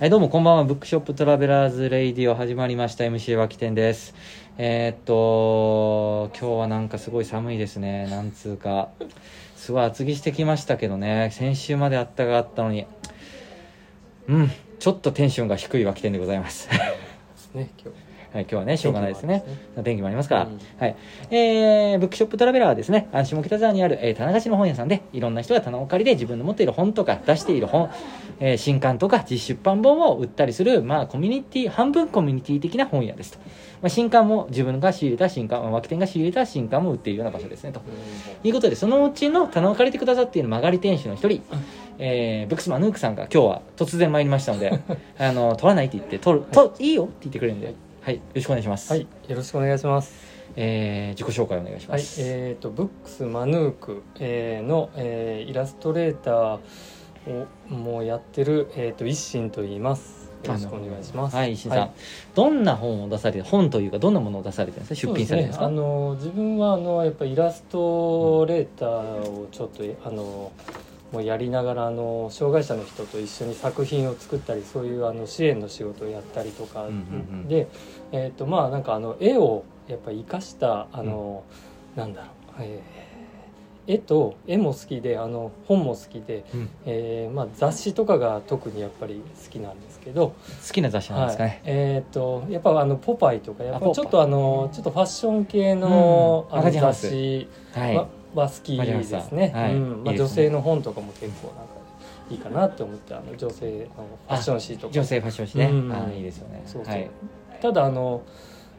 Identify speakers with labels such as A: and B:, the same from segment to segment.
A: はい、どうもこんばんは。ブックショップトラベラーズレイディオ始まりました。MC はきてんです。えーっと、今日はなんかすごい寒いですね。なんつうか。すごい厚着してきましたけどね。先週まであったかあったのに。うん、ちょっとテンションが低いわきてんでございます。はい、
B: ね今日
A: 今日はね、しょうがないですね。天気もありますから。
B: うん
A: はい。えー、ブックショップトラベラーはですね、あ下北沢にある、えー棚橋の本屋さんで、いろんな人が棚を借りて自分の持っている本とか、出している本、えー新刊とか実出版本を売ったりする、まあ、コミュニティ、半分コミュニティ的な本屋ですと。まあ、新刊も自分が仕入れた新刊、まあ脇店が仕入れた新刊も売っているような場所ですね、と。ということで、そのうちの棚を借りてくださっている曲がり店主の一人、えー、ブックスマンヌークさんが今日は突然参りましたの で、あの、取らないって言って、取る、と、いいよって言ってくれるんで、はい、よろしくお願いします。
B: はいよろしくお願いします
A: えー、自己紹介お願いしま
B: はい
A: す。
B: えっ、とブックスマヌーク、えーの、えーイラストレーターをもうやってるえっ、と一心と言いますよろしくお願いします
A: はい、石井さん、
B: はい
A: どんな本を出されて、本というか、どんなものを出されてるんですか、出品されてるんです
B: そう
A: か。
B: ねあの自分はあのやっぱイラストレーターをちょっとあのもうやりながらあの障害者の人と一緒に作品を作ったりそういうあの支援の仕事をやったりとか、
A: うんうんうん
B: で、えー、とまあなんかあの絵をやっぱ生かしたあの、なんだろう、えー絵と絵も好きであの本も好きで、
A: うん
B: えーまあ、雑誌とかが特にやっぱり好きなんですけど、
A: 好きな雑誌なんですかね。
B: えっ、とやっぱあのポパイとかやっ
A: あポパ
B: ぱ
A: イ
B: ちょっとあのちょっとファッション系の,、
A: うん
B: あ
A: 赤
B: の
A: 字ハウ
B: 雑
A: ス
B: 誌
A: はい。
B: は,、は好きですね、
A: はい
B: うんま
A: い
B: あ、
A: いで
B: 女
A: すね
B: 性の本とかも結構なんかいいかなって思ってあの女性のファッション誌とか
A: 女性ファッション誌ね。
B: うん
A: あーいいですよね。
B: そうそう
A: はい。
B: ただあの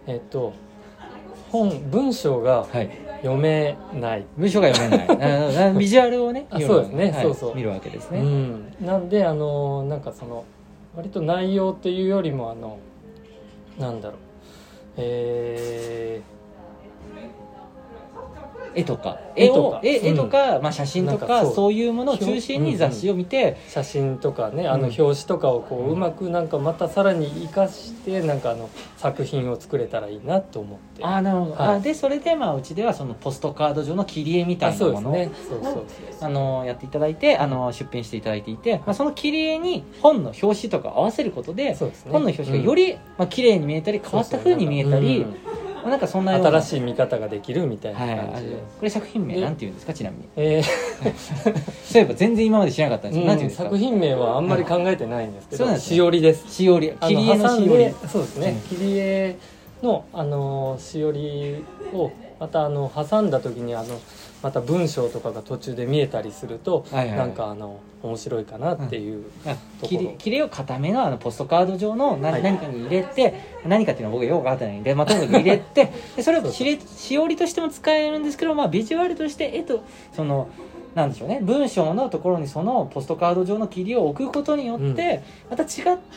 B: えっ、と本文章が
A: はい。
B: 読めない、
A: 文章が読 めないあ。ビジュアルをね、
B: あ
A: 読む
B: そうですね
A: はい
B: そうそう
A: 見るわけです
B: う
A: ね。
B: ん、なんであのなんかその割と内容っていうよりもあのなんだろうえー
A: 絵とか。絵
B: 絵と
A: を
B: か、
A: 絵絵
B: うん
A: とか、まあ写真と
B: なん
A: か、
B: かそう
A: そういうものを中心に雑誌を見て、
B: 写真とかねあの
A: うん
B: 表紙とかをこう,、
A: う
B: うんまくなんかまたさらに活かしてなんかあの作品を作れたらいいなと思って
A: ああ、なるほど。
B: はい
A: あーで、それで、まあ、うちではそのポストカード上の切り絵みた
B: あ
A: いな
B: そうで
A: も
B: す
A: のを
B: ねそうそうそう
A: あのやっていただいてあの出品していただいていて、まあ、その切り絵に本の表紙とか合わせることで
B: そうですね
A: 本の表紙がより、まあ綺麗に見えたり変わった風に見えたり、
B: そうそう
A: まあなんかそん
B: な
A: なんよう
B: か
A: な
B: 新しい見方ができるみたいな
A: はい、
B: 感
A: あ
B: じで、
A: のこれ作品名
B: で
A: なんて言うんですかちなみに
B: えー
A: そういえば全然今まで知らなかったんですけど、なんて言うん
B: うん、
A: ですか
B: 作品名はあんまり考えてないんですけど、
A: そうなんですね
B: しおりです
A: しおり切り絵の
B: あ
A: しおり
B: 挟んでそうですね、切り絵のあのしおりをまたあの挟んだ時にあのまた文章とかが途中で見えたりすると、
A: はいはいはい
B: なんかあの面白いかなっていう、
A: あ
B: ところ
A: 切り切り絵を固めのあのポストカード上の何,、
B: はい
A: 何かに入れて何かっていうのは僕はよく分かってないんで、まあ、とにかく入れ てでそれをしれしおりとしても使えるんですけど、まあ、ビジュアルとして絵とそのなんでしょうね文章のところにそのポストカード上の切りを置くことによって、また違っ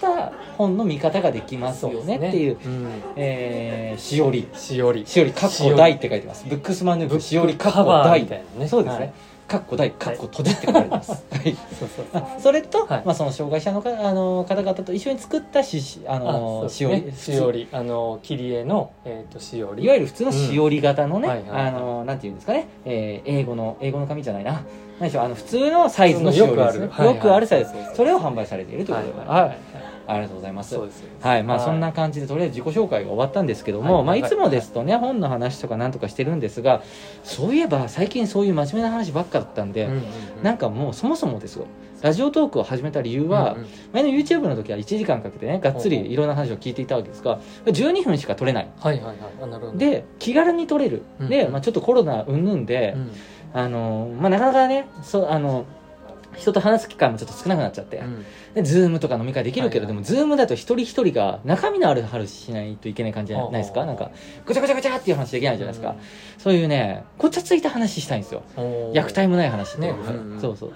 A: た本の見方ができます
B: そうで
A: よ
B: す
A: ねっていう、
B: ん
A: えーしおり
B: しおり
A: しおりかっこ大って書いてますブックスマンヌークしおりかっこ大
B: みたいなね
A: そうですね、
B: はい
A: かっこ大かっこ閉じって書かれてます、はい
B: そうそうそう
A: あ それと、
B: はい
A: まあ、その障害者のかあの方々と一緒に作ったししあ
B: あそ
A: の
B: うです
A: しおり
B: ねしおりあの切り絵のえっ、としおり
A: いわゆる普通のしおり型のね、
B: うんはいはいはい
A: あのなんていうんですかね、えー英語の英語の紙じゃないな何でしょうあの普通のサイズのしおりですねよ
B: よ
A: く
B: く
A: あ
B: あ
A: る,、
B: るはいはい
A: サイズ
B: そうそうそう
A: それを販売されているということで、
B: はい
A: はい
B: はい
A: ありがとうございます
B: そうですよ
A: はいまあ、
B: はい
A: そんな感じでとりあえず自己紹介が終わったんですけども、
B: はいい
A: まあ、いつもですとね、本の話とかなんとかしてるんですがそういえば最近そういう真面目な話ばっかだったんで、
B: うんうんうん
A: なんかもうそもそもですよラジオトークを始めた理由は、
B: うんうん
A: 前の YouTube の時は1時間かけてねがっつ
B: ほうほ
A: り
B: う
A: いろんな話を聞いていたわけですが12分しか撮れない
B: はいはいはいあなるほど、
A: で気軽に撮れる、
B: うん
A: で、まあ、ちょっとコロナうんぬんで、
B: うん
A: あのまあ、なかなかねそうあの人と話す機会もちょっと少なくなっちゃって、
B: うん
A: で Zoom とか飲み会できるけど、
B: はいはい
A: でも Zoom だと一人一人が中身のある話しないといけない感じじゃないですか、
B: ほう
A: な
B: ほ
A: ん
B: うほう
A: かぐちゃぐちゃぐちゃっていう話できないじゃないですか、そういうねごちゃついた話したいんですよ
B: うん
A: 虐待もない話っていうか、
B: ねうんうん
A: そうそう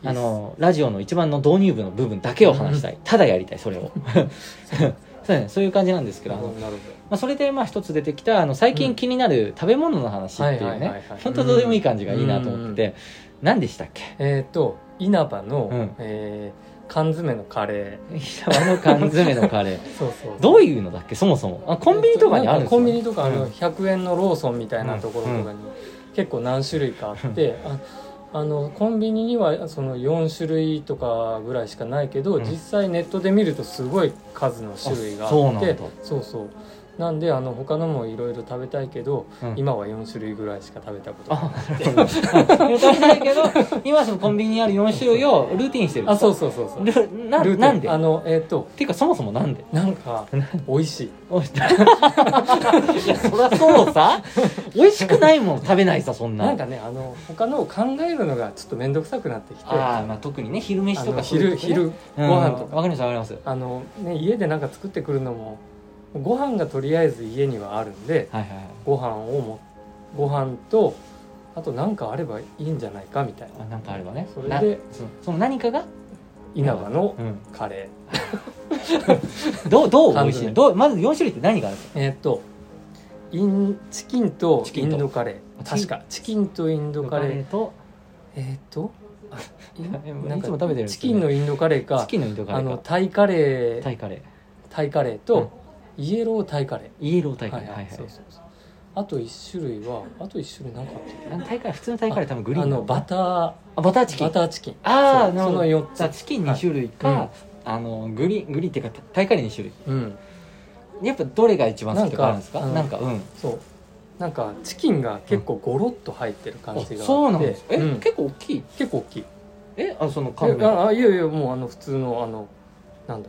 B: いいっす
A: あのラジオの一番の導入部の部分だけを話したい、ただやりたいそれを そう,、ね、そういう感じなんですけど、あのま
B: なるほ
A: あ、それでまあ一つ出てきたあの最
B: う
A: 近
B: ん
A: 気になる食べ物の話っていう
B: はいはいはい
A: ね
B: はい
A: 本当どうでもいい感じがいいなと思ってて、何でしたっけ
B: どえっ、と稲葉の、
A: うん
B: えー缶詰のカレ
A: あの缶詰のカレー
B: ーそうそう
A: どういうのだっけそもそもあコンビニとかにあるんですよ
B: コンビニとかあ
A: う
B: の
A: ん
B: 100円のローソンみたいなところとかに結構何種類かあって、ああのコンビニにはその4種類とかぐらいしかないけど、
A: うん
B: 実際ネットで見るとすごい数の種類があ
A: あそうな
B: っ
A: んだ
B: てそうそうなんであの他のもいろいろ食べたいけど、
A: うん
B: 今は4種類ぐらいしか食べたことない
A: あなるほど 食べたいけど今そのコンビニにある4種類をルーティンしてる
B: あそうそうそうそう
A: ルな
B: ルーティン
A: なんで
B: あ
A: っ
B: のえっ、と
A: ていうかそもそもなんで
B: なんか美味しい
A: おいいやそりゃそうさ美味しくないもん食べないさそんな
B: なんかねあの他のを考えるのがちょっと面倒くさくなってきて
A: ああまあ特にね昼飯と
B: あ
A: か
B: の
A: そういう
B: 昼
A: 時ね
B: 昼ご飯と
A: うん
B: か
A: わかりますわかります
B: あの、ね、家でなんか作ってくるのもご飯がとりあえず家にはあるんで
A: はいはいはい
B: ご飯をもご飯とあと何かあればいいんじゃないかみたい
A: あ
B: な
A: なんかあればね
B: それ
A: な
B: で
A: そのその何かが、
B: 稲葉の
A: うん、
B: カレ
A: どうどう美
B: 缶
A: 味
B: 詰
A: しいどうまず4種類って何があるんですか
B: ーえーっとインチキンと
A: チキ
B: イ
A: ンと
B: ンドカレー
A: チキ
B: 確
A: ン
B: かチキンとインドカレー
A: と
B: えーっとあイン
A: いつも食べてるんですよね
B: チキンのインドカレー
A: チ
B: か
A: キンのインドカ
B: あ
A: レ
B: の
A: ーか
B: タイカレ
A: タ
B: ー
A: イカレー
B: タイカレーと、イエロータイカレー
A: イエロータイカレー
B: はいはいそうそうそうあと一種類はあと一種類なんかあったっけ
A: あのタイカレー普通のタイカレー多分グリー
B: あ
A: ン
B: のバター
A: あバターチキン
B: バターチキン
A: あ
B: そ
A: あ
B: う
A: なるほ
B: その
A: ど
B: 4
A: じゃあ
B: つ
A: チキン2種類か、
B: はい
A: あのグリーングリーンっていうかタイカレー2種類
B: うん
A: やっぱどれが一番好きとかあるんですかな
B: なんん
A: か
B: か
A: うん
B: そうなんかチキンが結構ゴロッと入ってる感
A: あ
B: じがあって
A: そうなんですえ、
B: うん
A: 結構大きい
B: 結構大きい
A: えあその缶
B: え
A: の
B: ああいやいやもうあの普通のあのなんだ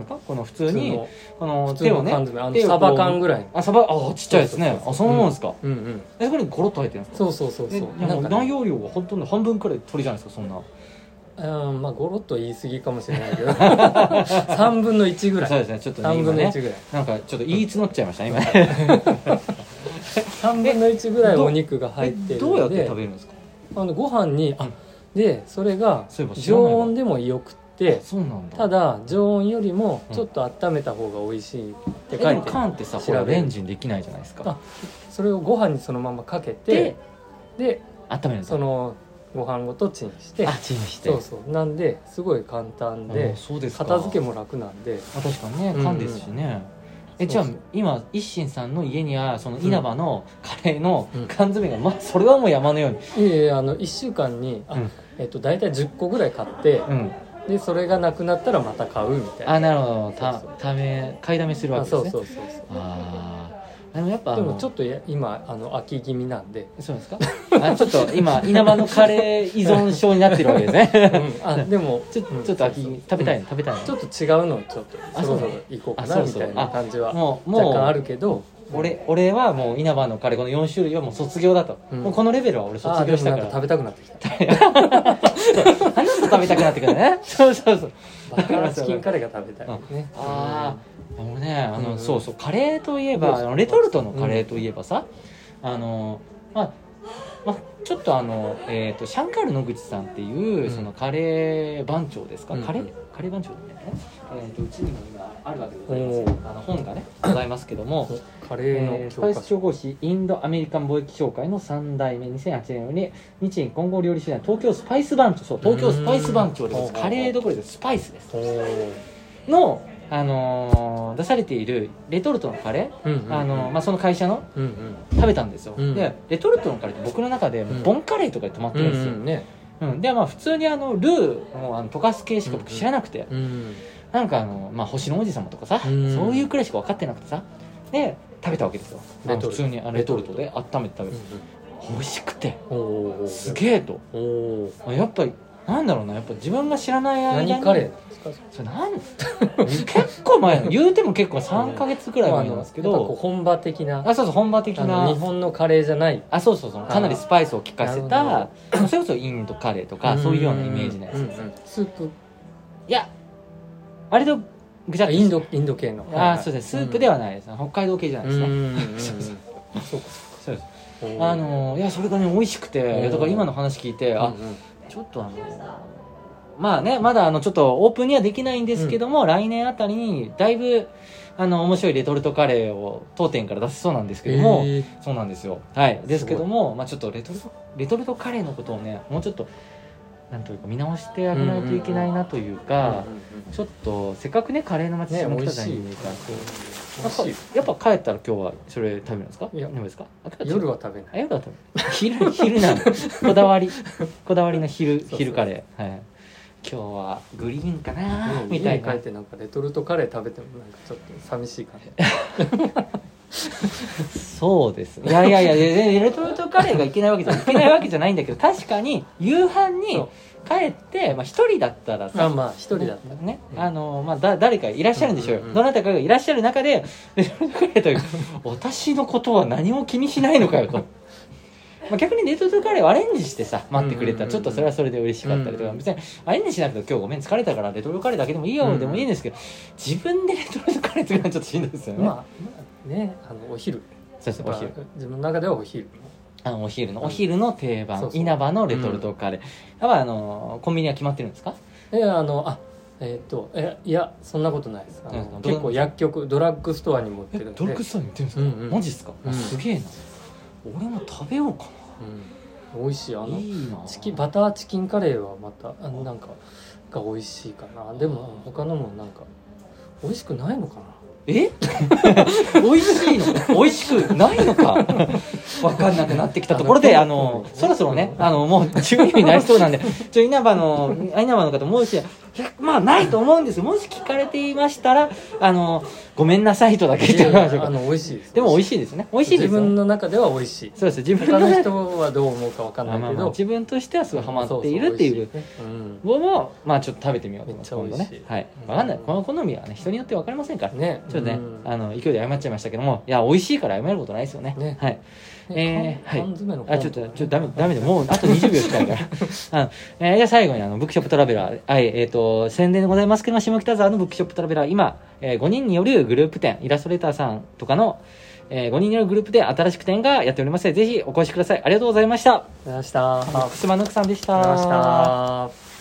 A: なんかこの普
B: う
A: 通にこの
B: 普通
A: 手を
B: の
A: ね
B: 缶詰あの
A: 手をこ
B: サ
A: う
B: バ缶ぐらいの
A: あサバあちっちゃいですね
B: そうそうそう
A: あそのもんですか、
B: うんうん
A: えそこにゴロッと入ってるんですか
B: そうそうそう
A: え
B: そう
A: なんか
B: ね
A: 内容量がほとんど半分くらい鳥じゃないですかそんな
B: うんまあゴロッと言い過ぎかもしれないけど 3分の1ぐら
A: そうで
B: い
A: すねちょっとね
B: 3
A: 今
B: 分の1
A: ね
B: ぐらい
A: なんかちょっと言い募っちゃいましたね今ね
B: 3分の1ぐらいお肉が入ってるん で
A: どうやって食べるんですか
B: あのご飯にあでそれが
A: そういえば知らないわ
B: 常温でもよくって
A: そうなんだ
B: ただ常温よりも
A: うん
B: ちょっと温めた方が美味しいって
A: え
B: 書
A: で
B: い
A: も
B: て
A: 缶ってさほら
B: 調べる
A: レンジにできないじゃないですか
B: あそれをご飯にそのままかけ
A: で
B: てで
A: 温めるんです
B: そのご飯ごとチンして
A: あチンして
B: そうそうなんですごい簡単
A: あ
B: で
A: そうですか
B: 片付けも楽なんで
A: あ確かにね
B: うんうん
A: 缶ですしね、えじ
B: そ
A: ゃ
B: う
A: あ
B: そう
A: 今一心さんの家にはその稲葉のカレーの
B: うん
A: 缶詰が、まあ、それはもう山のように、
B: いえいえあの1週間にあ、
A: うん
B: えっと、大体10個ぐらい買って
A: うん、
B: でそれがなくなったらまた買うみたいな
A: あなるほどた
B: そうそう
A: ため買いだめするわ
B: あ
A: けです
B: そ
A: ね
B: うそうそうそう
A: あーでもやっぱあ
B: で
A: の
B: もちょっとや今あの飽き気味なんで、
A: そうですか あちょっと今稲葉のカレー依存症になってるわけですね
B: あでも
A: ちょちょっと秋食べたいの食べたいの
B: ちょっと違うのをちょっと
A: あ
B: そろそ
A: そう
B: ろ行こうか
A: あそ
B: な
A: う
B: み
A: そう
B: たいな感じは
A: もうも
B: 若干あ
A: う
B: るけど
A: 俺俺はもう稲葉のカレーこの4種類はもう卒業だと、
B: うん
A: もうこのレベルは俺
B: あ
A: 卒
B: ーで
A: 業
B: も
A: した
B: な
A: か
B: んから食べたくなって きた
A: 話すと食べたくなってくる ねそうそうそう
B: バターチキンカレーが食べたいね
A: ああ俺ねあの、
B: うん
A: そうそうカレーといえ
B: どう
A: ば
B: で
A: あ
B: すか
A: のレトルトのカレーといえばさ、あのまあまあ、ちょっとあの、えー、とシャンカール野口さんっていう、
B: うん
A: そのカレー番長ですか、
B: うんうん
A: カレーカレー番長みたいなね、えー、とうちにも今あるわけでございますよ
B: お
A: あの本がねございますけども
B: うんカレー
A: えー
B: の
A: スパ
B: 教
A: イ
B: 科
A: ス
B: 書
A: 調合士インドアメリカン貿易商会の3代目2008年より日印混合料理集団東京スパイス番長そう東京スパイス番長でございます
B: うん
A: カレーどころですスパイスです
B: おー
A: の、あのー出されているレトルトのカレ
B: うんうん
A: ー、あのーまあ、その会社の
B: うんうん
A: 食べたんですよ、
B: うん
A: でレトルトのカレーって僕の中で
B: うん
A: ボンカレーとかで止まって
B: う
A: る
B: ん
A: んですよ、
B: うんね
A: うんでまあ普通にあのルーをあの溶かす系しか僕知らなくて、
B: うん
A: なんかあの、まあ、星の王子様とかさ、
B: うん
A: そういうくらいしか分かってなくてさで食べたわけですよあの
B: レトルト
A: 普通にあのレトルトで温めて食べ
B: うん
A: る、美味しくて
B: うんおー
A: すげえと
B: おー
A: あやっぱりなんだろうなやっぱ自分が知らない間に
B: 何カレーなんですか
A: それなん結構前の言うても結構3か月ぐらい
B: まあ
A: 前
B: あ
A: なん
B: の
A: ですけ
B: やっぱこう
A: ど
B: 本場的な
A: あそうそう本場的
B: あの
A: な
B: 日本のカレーじゃない
A: あそうそうそうかなりスパイスを効かせ
B: なるほ
A: たそれこそインドカレーとかそういうようなイメージのやつ
B: うんうんスープ
A: いや割とぐちゃっ
B: あ
A: と
B: インドインド系の
A: あそうですねスープではないです北海道系じゃないですね
B: そうそうそう
A: そうです
B: そう
A: あのいやそれがね美味しくていやだから今の話聞いてあ
B: うんうん
A: ちょっとあのまあねまだあのちょっとオープンにはできないんですけども、来年あたりにだいぶあの面白いレトルトカレーを当店から出せそうなんですけども、
B: えー
A: そうなんですよはい
B: ごい
A: ですけども、まあ、ちょっとレトルトレトルトカレーのことをねもうちょっとなんというか見直してあげないといけないなというか、
B: うんうんうん
A: ちょっとせっかくねカレーの街
B: ね
A: 下北
B: 美味
A: 沢
B: しい
A: に行ったんですけどなんかやっぱ帰ったら今日はそれ食べるんですか
B: いや
A: 飲むんですかあ
B: 夜は食べない
A: あ夜は食べる昼昼なのこだわりこだわりの昼
B: そうそう
A: 昼カレー、はい、今日はグリーンかな
B: うん
A: みたい
B: 家に
A: な
B: 帰ってなんかレトルトカレー食べてもなんかちょっと寂しい感じ
A: そうですいやいやいやいやレトルトカレーがいけないわけじゃいけないわけじゃないんだけど確かに夕飯に帰ってまあ、一人だったら
B: まあ
A: さ
B: まあ一人だったら
A: ね、
B: うん
A: あのまあだ誰かいらっしゃるんでしょうよ、
B: うんうんうん
A: どなたかがいらっしゃる中でレトルトカレーという私のことは何も気にしないのかよと。まあ逆にレトルトカレーをアレンジしてさ待ってくれたら
B: うん
A: ち
B: うん
A: ょ
B: うん
A: っとそれはそれで嬉しかったりと
B: うん
A: か
B: うん
A: 別にアレンジしなくても今日ごめん疲れたからレトルトカレーだけでもいいよでもいいんですけど自分でレトルトカレー作るのはちょっとしんどいですよね、
B: まあまあねあのお昼
A: そうですねお昼
B: まあ自分の中ではお昼
A: あのお昼の、
B: うん
A: お昼の定番
B: そうそう
A: 稲葉のレトルトカレー、やっぱあのコンビニは決まってるんですか
B: えあのあえっとえいやそんなことないですあ
A: う
B: の
A: ん
B: 結構薬局ドラッグストアにも売ってるんで
A: ストアに売ってるんです
B: かマジ
A: っすか、
B: あす
A: すげえな俺も食べようか
B: うん美味しいあ
A: な
B: の
A: いいな
B: チキンバターチキンカレーはまたあなんかが美味しいかなでも他のもなんか美味しくないのかな
A: え美味しいの美味しくないのか分かんなくなってきたところであ
B: あ
A: の
B: の
A: そろそろねあのもう12になりそうなん でちょ稲葉の稲葉の方もうしいやまあないと思うんですもし聞かれていましたらあのごめんなさ いとだけ言ってもらいましょう
B: あ
A: か
B: の美味しいす
A: でも美味
B: し
A: しいですね美味しいです
B: 自
A: よ
B: 分の中では美味しい
A: そうです自分
B: 他
A: の
B: の
A: 中
B: 人はどう思うかわかんない
A: まあ
B: け
A: まあ
B: ど
A: 自分としてはすごいハマっているっていう
B: そそ美味しいねうん
A: のもまあちょっと食べてみようと思って
B: めっちゃ美味しい
A: 今度ねはい
B: うん
A: 分かんないこの好みはね人によって分かりませんから
B: ね
A: ちょっとね
B: うん
A: あの勢いで謝っちゃいましたけどもいや美味しいから謝ることないですよね
B: ね
A: はい
B: ね
A: えーはい
B: 缶詰の
A: あちょっとちょっとダメダメだもうあと20秒しかないから あの、えーじゃあ最後にあのブックショップトラベラーはいえっ、と宣伝でございますけども下北沢のブックショップトラベラー今、え5人によるグループ展イラストレーターさんとかの、え5人によるグループで新しく展がやっておりますのでぜひお越しくださいありがとうございました
B: 出した
A: 楠間ぬくさんでした
B: 出した